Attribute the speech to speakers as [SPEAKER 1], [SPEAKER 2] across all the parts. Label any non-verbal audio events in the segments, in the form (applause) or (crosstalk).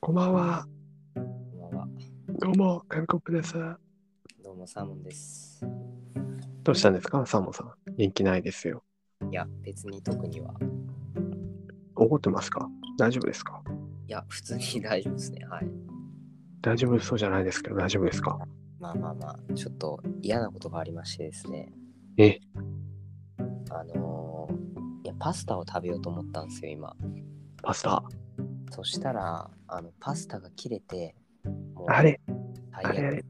[SPEAKER 1] こんばんは。
[SPEAKER 2] こんばんは。
[SPEAKER 1] どうも、韓国です。
[SPEAKER 2] どうも、サーモンです。
[SPEAKER 1] どうしたんですか、サーモンさん。元気ないですよ。
[SPEAKER 2] いや、別に特には。
[SPEAKER 1] 怒ってますか大丈夫ですか
[SPEAKER 2] いや、普通に大丈夫ですね。はい。
[SPEAKER 1] 大丈夫そうじゃないですけど、大丈夫ですか
[SPEAKER 2] まあまあまあ、ちょっと嫌なことがありましてですね。
[SPEAKER 1] え
[SPEAKER 2] あのーいや、パスタを食べようと思ったんですよ、今。
[SPEAKER 1] パスタ。
[SPEAKER 2] そしたら、あの、パスタが切れて、もう
[SPEAKER 1] あれ
[SPEAKER 2] 最
[SPEAKER 1] あれあ
[SPEAKER 2] 悪
[SPEAKER 1] れ。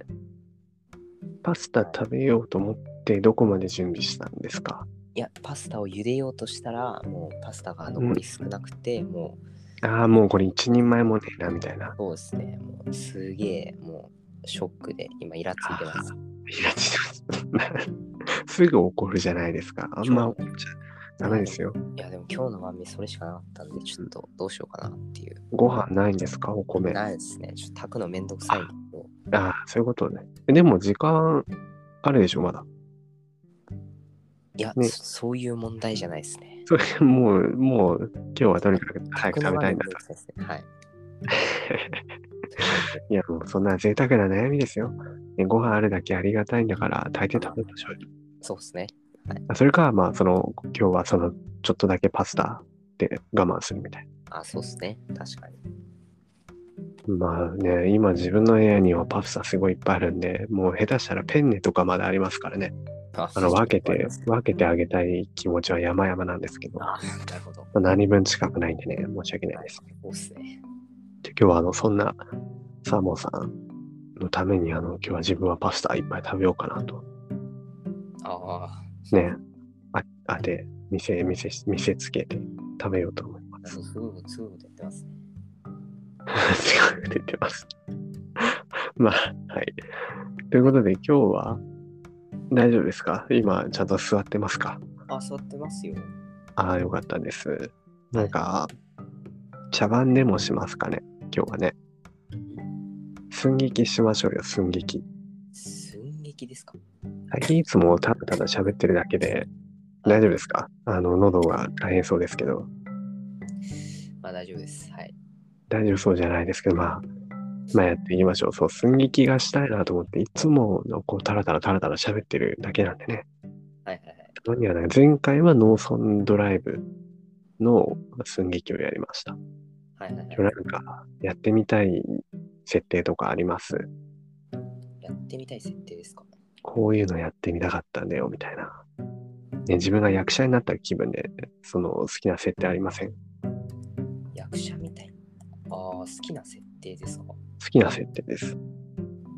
[SPEAKER 1] パスタ食べようと思って、どこまで準備したんですか
[SPEAKER 2] いや、パスタを茹でようとしたら、もうパスタが残り少なくて、もう、
[SPEAKER 1] ああ、もうこれ一人前もねえな、みたいな。
[SPEAKER 2] そうですね、もう、すげえ、もう、ショックで、今、イラついてます。
[SPEAKER 1] いや、違う。すぐ怒るじゃないですか。あんま怒っちゃダメですよ。
[SPEAKER 2] いや、でも今日の晩飯それしかなかったんで、ちょっとどうしようかなっていう。
[SPEAKER 1] ご飯ないんですかお米。あ
[SPEAKER 2] ないですね。ちょっと炊くのめんどくさいけど。
[SPEAKER 1] あ、そういうことね。でも時間あるでしょ、まだ。
[SPEAKER 2] いや、
[SPEAKER 1] ね
[SPEAKER 2] そそういう問題じゃないですね。
[SPEAKER 1] (laughs) それもう、もう、今日はとにかく早く食べたいんだ
[SPEAKER 2] 炊くのがめんどくさいですね。はい。
[SPEAKER 1] と。いや、もうそんな贅沢な悩みですよ。ね、ご飯あるだけありがたいんだから、大抵食べましょうよ。
[SPEAKER 2] そうですね。
[SPEAKER 1] あそれか、まあ、その、今日はその、ちょっとだけパスタで我慢するみたい
[SPEAKER 2] あ、そうですね。確かに。
[SPEAKER 1] な。まあね、今自分の部屋にはパスタすごいいっぱいあるんで、もう下手したらペンネとかまでありますからね。
[SPEAKER 2] あ
[SPEAKER 1] あの、分けて、分けてあげたい気持ちは山々なんですけど、ま
[SPEAKER 2] あ、なるほど。
[SPEAKER 1] あ何分近くないんでね、申し訳ない
[SPEAKER 2] は
[SPEAKER 1] で
[SPEAKER 2] い
[SPEAKER 1] す。
[SPEAKER 2] そうですね。
[SPEAKER 1] で今日はあのそんなサーモンさんのためにあの今日は自分はパスタいっぱい食べようかなと
[SPEAKER 2] あ
[SPEAKER 1] ねああて見せ見せ見せつけて食べようと思いま
[SPEAKER 2] あ、そう、すごいこと、すごいことやってますね。
[SPEAKER 1] す。違う出てます。 (laughs) まあはい。ということで今日は大丈夫ですか今ちゃんと座ってますか
[SPEAKER 2] あ、座ってますよ。
[SPEAKER 1] ああよかったです。なんか茶番でもしますかね今日はね。寸劇しましょうよ寸劇。
[SPEAKER 2] 寸劇ですか
[SPEAKER 1] 最近いつもただただ喋ってるだけで大丈夫ですかあの喉が大変そうですけど
[SPEAKER 2] まあ大丈夫です。はい。
[SPEAKER 1] 大丈夫そうじゃないですけどまあまあやっていきましょうそう寸劇がしたいなと思っていつものこうタラタラタラタラ喋ってるだけなんでね
[SPEAKER 2] はいはいはい。
[SPEAKER 1] たまにはなんか前回は農村ドライブの寸劇をやりました
[SPEAKER 2] はいはいはい
[SPEAKER 1] 今日なんかやってみたい設定とかあります
[SPEAKER 2] やってみたい設定ですか
[SPEAKER 1] こういうのやってみたかったんだよみたいな、ね、自分が役者になった気分でその好きな設定ありません
[SPEAKER 2] 役者みたい。ああ、好きな設定ですか
[SPEAKER 1] 好きな設定です。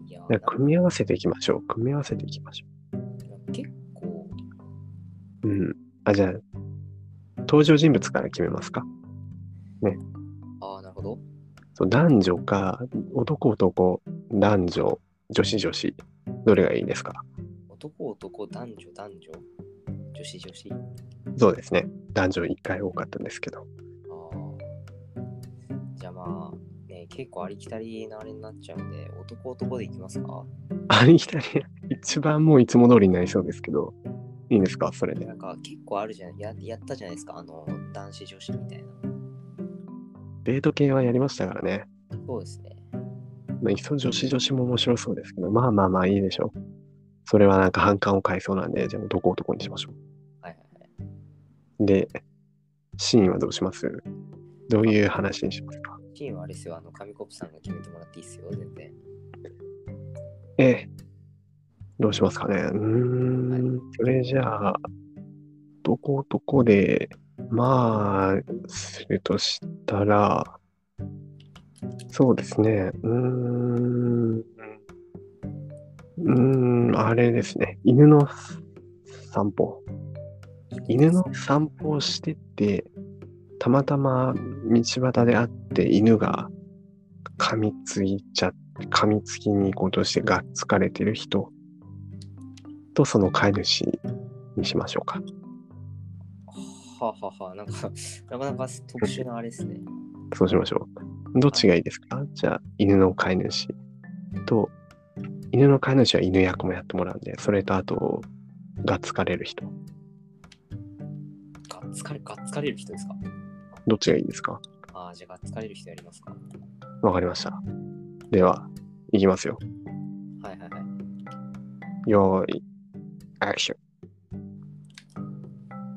[SPEAKER 2] いやー、
[SPEAKER 1] だから組み合わせていきましょう。組み合わせていきましょ
[SPEAKER 2] なんか結構、
[SPEAKER 1] う。うん。あ、じゃあ、登場人物から決めますか。
[SPEAKER 2] ああ、なるほど。
[SPEAKER 1] そう男女か、男男、男女、女子女子、どれがいいですか
[SPEAKER 2] 男男男女男女女子女子
[SPEAKER 1] そうですね。男女1回多かったんですけど。
[SPEAKER 2] あーじゃあまあね結構ありきたりなあれになっちゃうんで男男でいきますか
[SPEAKER 1] ありきたり、一番もういつも通りになりそうですけど、いいんですかそれで
[SPEAKER 2] な。んか結構あるじゃんややったじゃないですかあの男子女子みたいな
[SPEAKER 1] デート系はやりましたからね。
[SPEAKER 2] そうですね
[SPEAKER 1] まあ、いっそ女子女子も面白そうですけど、まあまあまあいいでしょう。それはなんか反感を買いそうなんで、じゃあ男男にしましょう。
[SPEAKER 2] はいはいはい
[SPEAKER 1] で、シーンはどうしますどういう話にしますか
[SPEAKER 2] チームはあれですよあの紙コップさんが決めてもらっていいっすよ全然
[SPEAKER 1] ええ。どうしますかねうーん。それじゃあ、男男で、まあ、するとしたら、そうですね。うーん。うーん、あれですね。犬の散歩。犬の散歩をしてて、たまたま道端で会って犬が噛みついちゃって、噛みつきに行こうとしてがっつかれてる人とその飼い主にしましょうか。
[SPEAKER 2] はあはあはあなんか (laughs) なかなか特殊なあれですね
[SPEAKER 1] そうしましょう。どっちがいいですかじゃあ、犬の飼い主と、犬の飼い主は犬役もやってもらうんで、それとあと、がっつかれる人。
[SPEAKER 2] がっつかれがっつかれる人ですか
[SPEAKER 1] どっちがいいですか
[SPEAKER 2] ああじゃあがっつかれる人やりますか
[SPEAKER 1] わかりました。では、いきますよ。
[SPEAKER 2] はいはいはい。
[SPEAKER 1] よーい、アクション。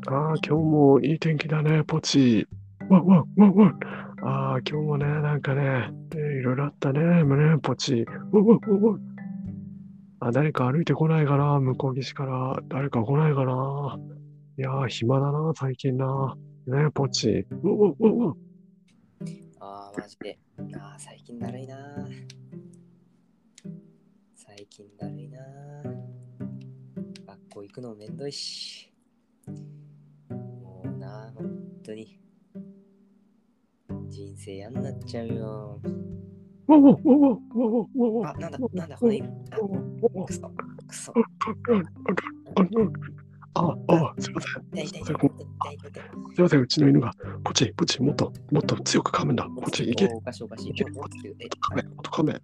[SPEAKER 1] ああ、今日もいい天気だね、ポチ。わんわんわんわん。ああ、今日もね、なんかね、えーいろいろあったね、胸ポチ。わんわんわんわん。あ、誰か歩いてこないかな、向こう岸から。誰か来ないかな。いやー、暇だな、最近な。ねポチ。わんわんわんわん。
[SPEAKER 2] ああ、マジで。ああ、最近だるいなー。最近だるいなー。学校行くのめんどいし。もうなー、本当に。人生嫌になっちゃうよ
[SPEAKER 1] わんわんわんわんわんわんわんわん。
[SPEAKER 2] あ、なんだ、なんだ、この犬。あ
[SPEAKER 1] わんわんわんわん
[SPEAKER 2] くそ、くそ。
[SPEAKER 1] あ、あ、すいません。
[SPEAKER 2] 痛い痛い痛い痛い痛い痛い痛い。
[SPEAKER 1] すいません、うちの犬が、こっち、こっち、もっと、もっと強く噛むんだ。こっち、行け、
[SPEAKER 2] おかしいおかしい。
[SPEAKER 1] 行け
[SPEAKER 2] おかしい
[SPEAKER 1] 噛め、もっと噛め。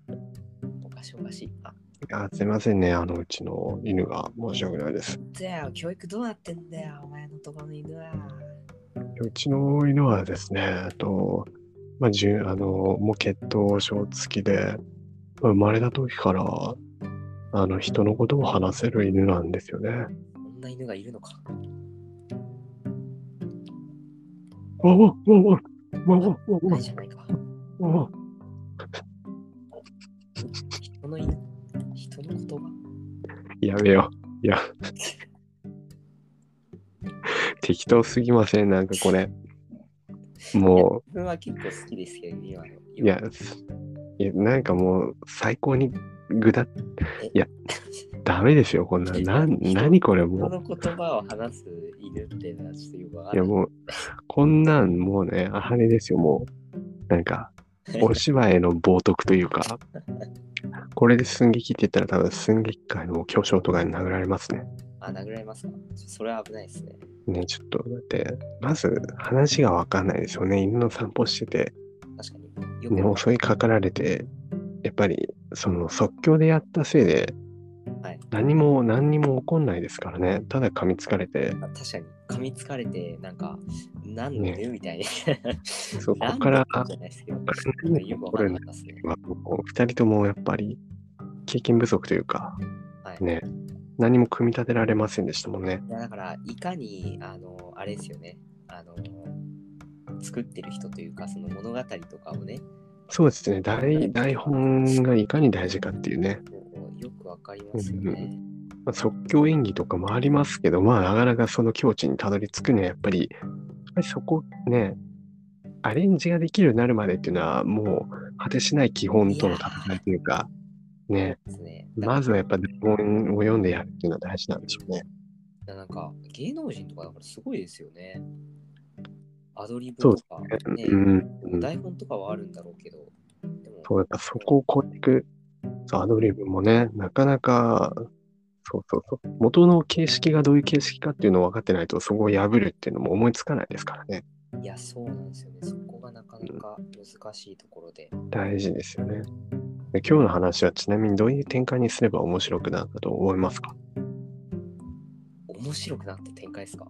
[SPEAKER 2] おかしいおかしい。あ、
[SPEAKER 1] あすいませんね、あの、うちの犬が申し訳ないです。
[SPEAKER 2] じゃあ、教育どうなってんだよ、お前のとこの犬は。
[SPEAKER 1] うちの犬はですね、えっと、まあ、じゅあの、もう血統症付きで、まあ生まれた時から、あの、人のことを話せる犬なんですよね。
[SPEAKER 2] こんな犬がいるのか。
[SPEAKER 1] わわわわわわわ
[SPEAKER 2] な
[SPEAKER 1] わ
[SPEAKER 2] いじゃないか。
[SPEAKER 1] わわ
[SPEAKER 2] 人の犬、人の言葉。
[SPEAKER 1] やめよう。いや。 (laughs) 適当すぎません、なんかこれ。もう。
[SPEAKER 2] 自分は結構好きですけど、今の。
[SPEAKER 1] いや、すいやなんかもう最高にぐだっ
[SPEAKER 2] え、
[SPEAKER 1] いや、ダメですよ、こんな。
[SPEAKER 2] い
[SPEAKER 1] な
[SPEAKER 2] や
[SPEAKER 1] い
[SPEAKER 2] や
[SPEAKER 1] 何これ
[SPEAKER 2] 人
[SPEAKER 1] も
[SPEAKER 2] の言葉を話す犬っていうのはちょっとよくわか
[SPEAKER 1] う。い
[SPEAKER 2] ん
[SPEAKER 1] や、
[SPEAKER 2] ない。
[SPEAKER 1] もう、こんなんもうね、あれですよ、もう。なんか、お芝居の冒涜というか、これで寸劇って言ったら多分寸劇界の巨匠とかに殴られますね。
[SPEAKER 2] あ、殴られますかちょそれは危ないですね。
[SPEAKER 1] ね、ちょっと、だって、まず話がわかんないですよね。犬の散歩してて、
[SPEAKER 2] 確かに。よく
[SPEAKER 1] もう襲いかかられて、やっぱり、その即興でやったせいで、
[SPEAKER 2] はい、
[SPEAKER 1] 何も何にも起こんないですからねただ噛みつかれて
[SPEAKER 2] あ確かに、噛みつかれて、なんか、なんで、みたいな。
[SPEAKER 1] そうここから
[SPEAKER 2] なんでじゃないですけど、よくわ
[SPEAKER 1] こ
[SPEAKER 2] か
[SPEAKER 1] れ
[SPEAKER 2] ん
[SPEAKER 1] ね
[SPEAKER 2] なかったですね。
[SPEAKER 1] まあもう二人ともやっぱり経験不足というか
[SPEAKER 2] はい。
[SPEAKER 1] ね何も組み立てられませんでしたもんね
[SPEAKER 2] いやだからいかにあのあれですよねあの作ってる人というかその物語とかをね
[SPEAKER 1] そうですね台台本がいかに大事かっていうね、
[SPEAKER 2] もうよくわかりますよね。
[SPEAKER 1] まあ、即興演技とかもありますけどまあなかなかその境地にたどり着くにはやっぱりやっぱりそこねアレンジができるようになるまでっていうのはもう果てしない基本との戦いというかね
[SPEAKER 2] ですねだ
[SPEAKER 1] まずはやっぱ台本を読んでやるっていうのは大事なんでしょうね。
[SPEAKER 2] からなんか芸能人とかだからすごいですよね。アドリブとか、ね
[SPEAKER 1] うん、うん
[SPEAKER 2] 台本とかはあるんだろうけど、でも
[SPEAKER 1] そうやっぱそこを超えていくそうアドリブもね、なかなか、そうそうそう、元の形式がどういう形式かっていうのを分かってないと、そこを破るっていうのも思いつかないですからね。
[SPEAKER 2] いやそうなんですよね。そこがなかなか難しいところで。
[SPEAKER 1] 大事ですよね。で今日の話はちなみにどういう展開にすれば面白くなったと思いますか
[SPEAKER 2] 面白くなった展開ですか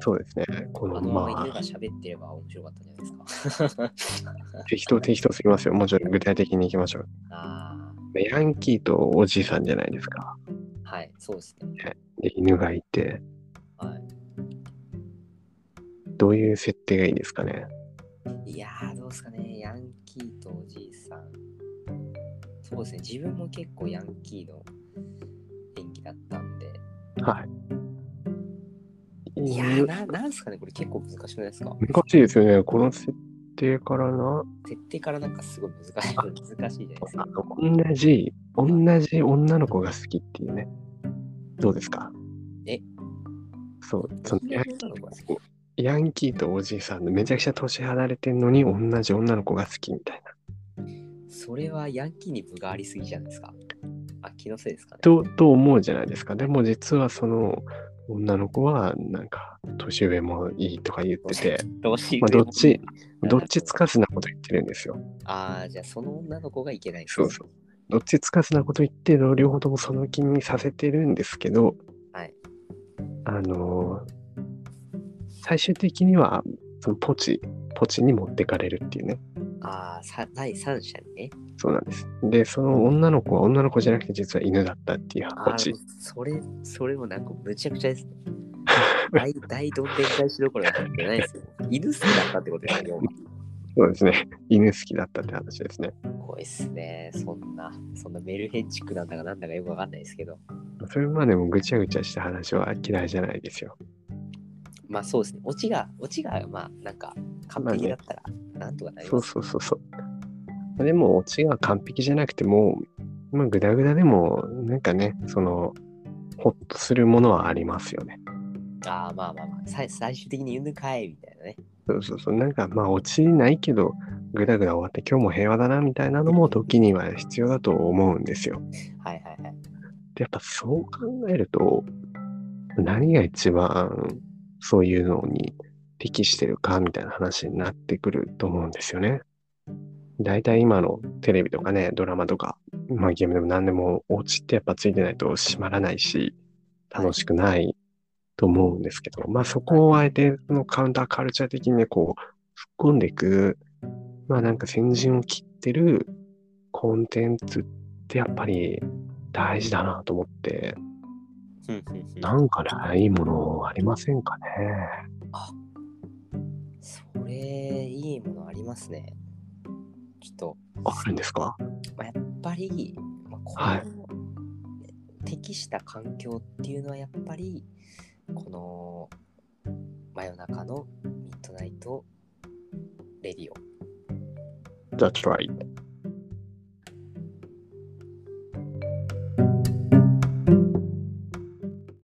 [SPEAKER 1] そううですね。こ
[SPEAKER 2] あ
[SPEAKER 1] の、
[SPEAKER 2] のまま
[SPEAKER 1] ま
[SPEAKER 2] 犬
[SPEAKER 1] あ、
[SPEAKER 2] が喋ってれば面白かったんじゃないですか。 (laughs)
[SPEAKER 1] 適当、適当すぎますよ。もうちょっと具体的にいきましょう。
[SPEAKER 2] あ
[SPEAKER 1] ヤンキーとおじいさんじゃないですか。
[SPEAKER 2] あ、はい、そうですね。
[SPEAKER 1] で、犬がいて、
[SPEAKER 2] はい
[SPEAKER 1] どういう設定がいいですかね。
[SPEAKER 2] いやー、どうですかね、ヤンキーとおじいさん。そうですね、自分も結構ヤンキーの演技だったんで。
[SPEAKER 1] はい。
[SPEAKER 2] いや
[SPEAKER 1] う
[SPEAKER 2] ー、
[SPEAKER 1] ん
[SPEAKER 2] ななんすかね、これ結構難しくないですか
[SPEAKER 1] 難しいですよね。この設定からな、
[SPEAKER 2] 設定からなんかすごい難しい、難しいじゃないです
[SPEAKER 1] あ
[SPEAKER 2] か。
[SPEAKER 1] の同じ、同じ女の子が好きっていうね。どうですか
[SPEAKER 2] え
[SPEAKER 1] そう、そのヤン
[SPEAKER 2] 女の子が好
[SPEAKER 1] ヤンキーとおじいさんでめちゃくちゃ年離れてんのに同じ女の子が好きみたいな。
[SPEAKER 2] それはヤンキーに分がありすぎじゃないですか。あ、気のせいですかね。
[SPEAKER 1] と、と思うじゃないですか。でも実はその女の子はなんか年上もいいとか言ってて、
[SPEAKER 2] どうし
[SPEAKER 1] まあ、どっち、どっちつかずなこと言ってるんですよ。
[SPEAKER 2] ああ、じゃあその女の子がいけない。
[SPEAKER 1] そうそう。どっちつかずなこと言って両方ともその気にさせてるんですけど、
[SPEAKER 2] はい
[SPEAKER 1] あのー最終的にはそのポチポチに持ってかれるっていうね
[SPEAKER 2] ああ、さ第三者にね。
[SPEAKER 1] そうなんです。で、その女の子は女の子じゃなくて実は犬だったっていう
[SPEAKER 2] ああ、
[SPEAKER 1] オチ。
[SPEAKER 2] それ、それもなんかむちゃくちゃですね。 (laughs) 大大どんでん返しどころじゃないですよ。犬好きだったってことですよ。
[SPEAKER 1] そうですね。犬好きだったって話ですね。 (laughs)
[SPEAKER 2] すごいっすね。そんな、そんなメルヘンチックなんだかなんだかよくわかんないですけど。
[SPEAKER 1] それまでもぐちゃぐちゃした話は嫌いじゃないですよ。
[SPEAKER 2] まあそうですね。オチが、オチが、まあなんか完璧だったら、なんとかなり
[SPEAKER 1] そ
[SPEAKER 2] ま
[SPEAKER 1] う
[SPEAKER 2] す。
[SPEAKER 1] そうそうそう。でも、オチが完璧じゃなくても、まあ、グダグダでも、なんかね、その、ほっとするものはありますよね。
[SPEAKER 2] ああ、まあまあまあ、さ最終的に犬かいみたいなね。
[SPEAKER 1] そうそうそう。なんか、まあ、オチないけど、グダグダ終わって今日も平和だな、みたいなのも時には必要だと思うんですよ。
[SPEAKER 2] はいはいはい。
[SPEAKER 1] で、やっぱそう考えると、何が一番そういうのに適してるかみたいな話になってくると思うんですよね。大体今のテレビとかね、ドラマとか、まあゲームでも何でも、オチってやっぱついてないと閉まらないし、楽しくないと思うんですけど、まあそこをあえてそのカウンターカルチャー的にね、こう、突っ込んでいく、まあなんか先陣を切ってるコンテンツってやっぱり大事だなと思って、
[SPEAKER 2] ふんふんふん
[SPEAKER 1] なんかね、いいものありませんかね。
[SPEAKER 2] それ、いいものありますね。ちょっと、
[SPEAKER 1] あるんですか
[SPEAKER 2] まあ、やっぱり、まあ、この、
[SPEAKER 1] はい
[SPEAKER 2] 適した環境っていうのはやっぱりこの真夜中のミッドナイトレディオ
[SPEAKER 1] ?That's right.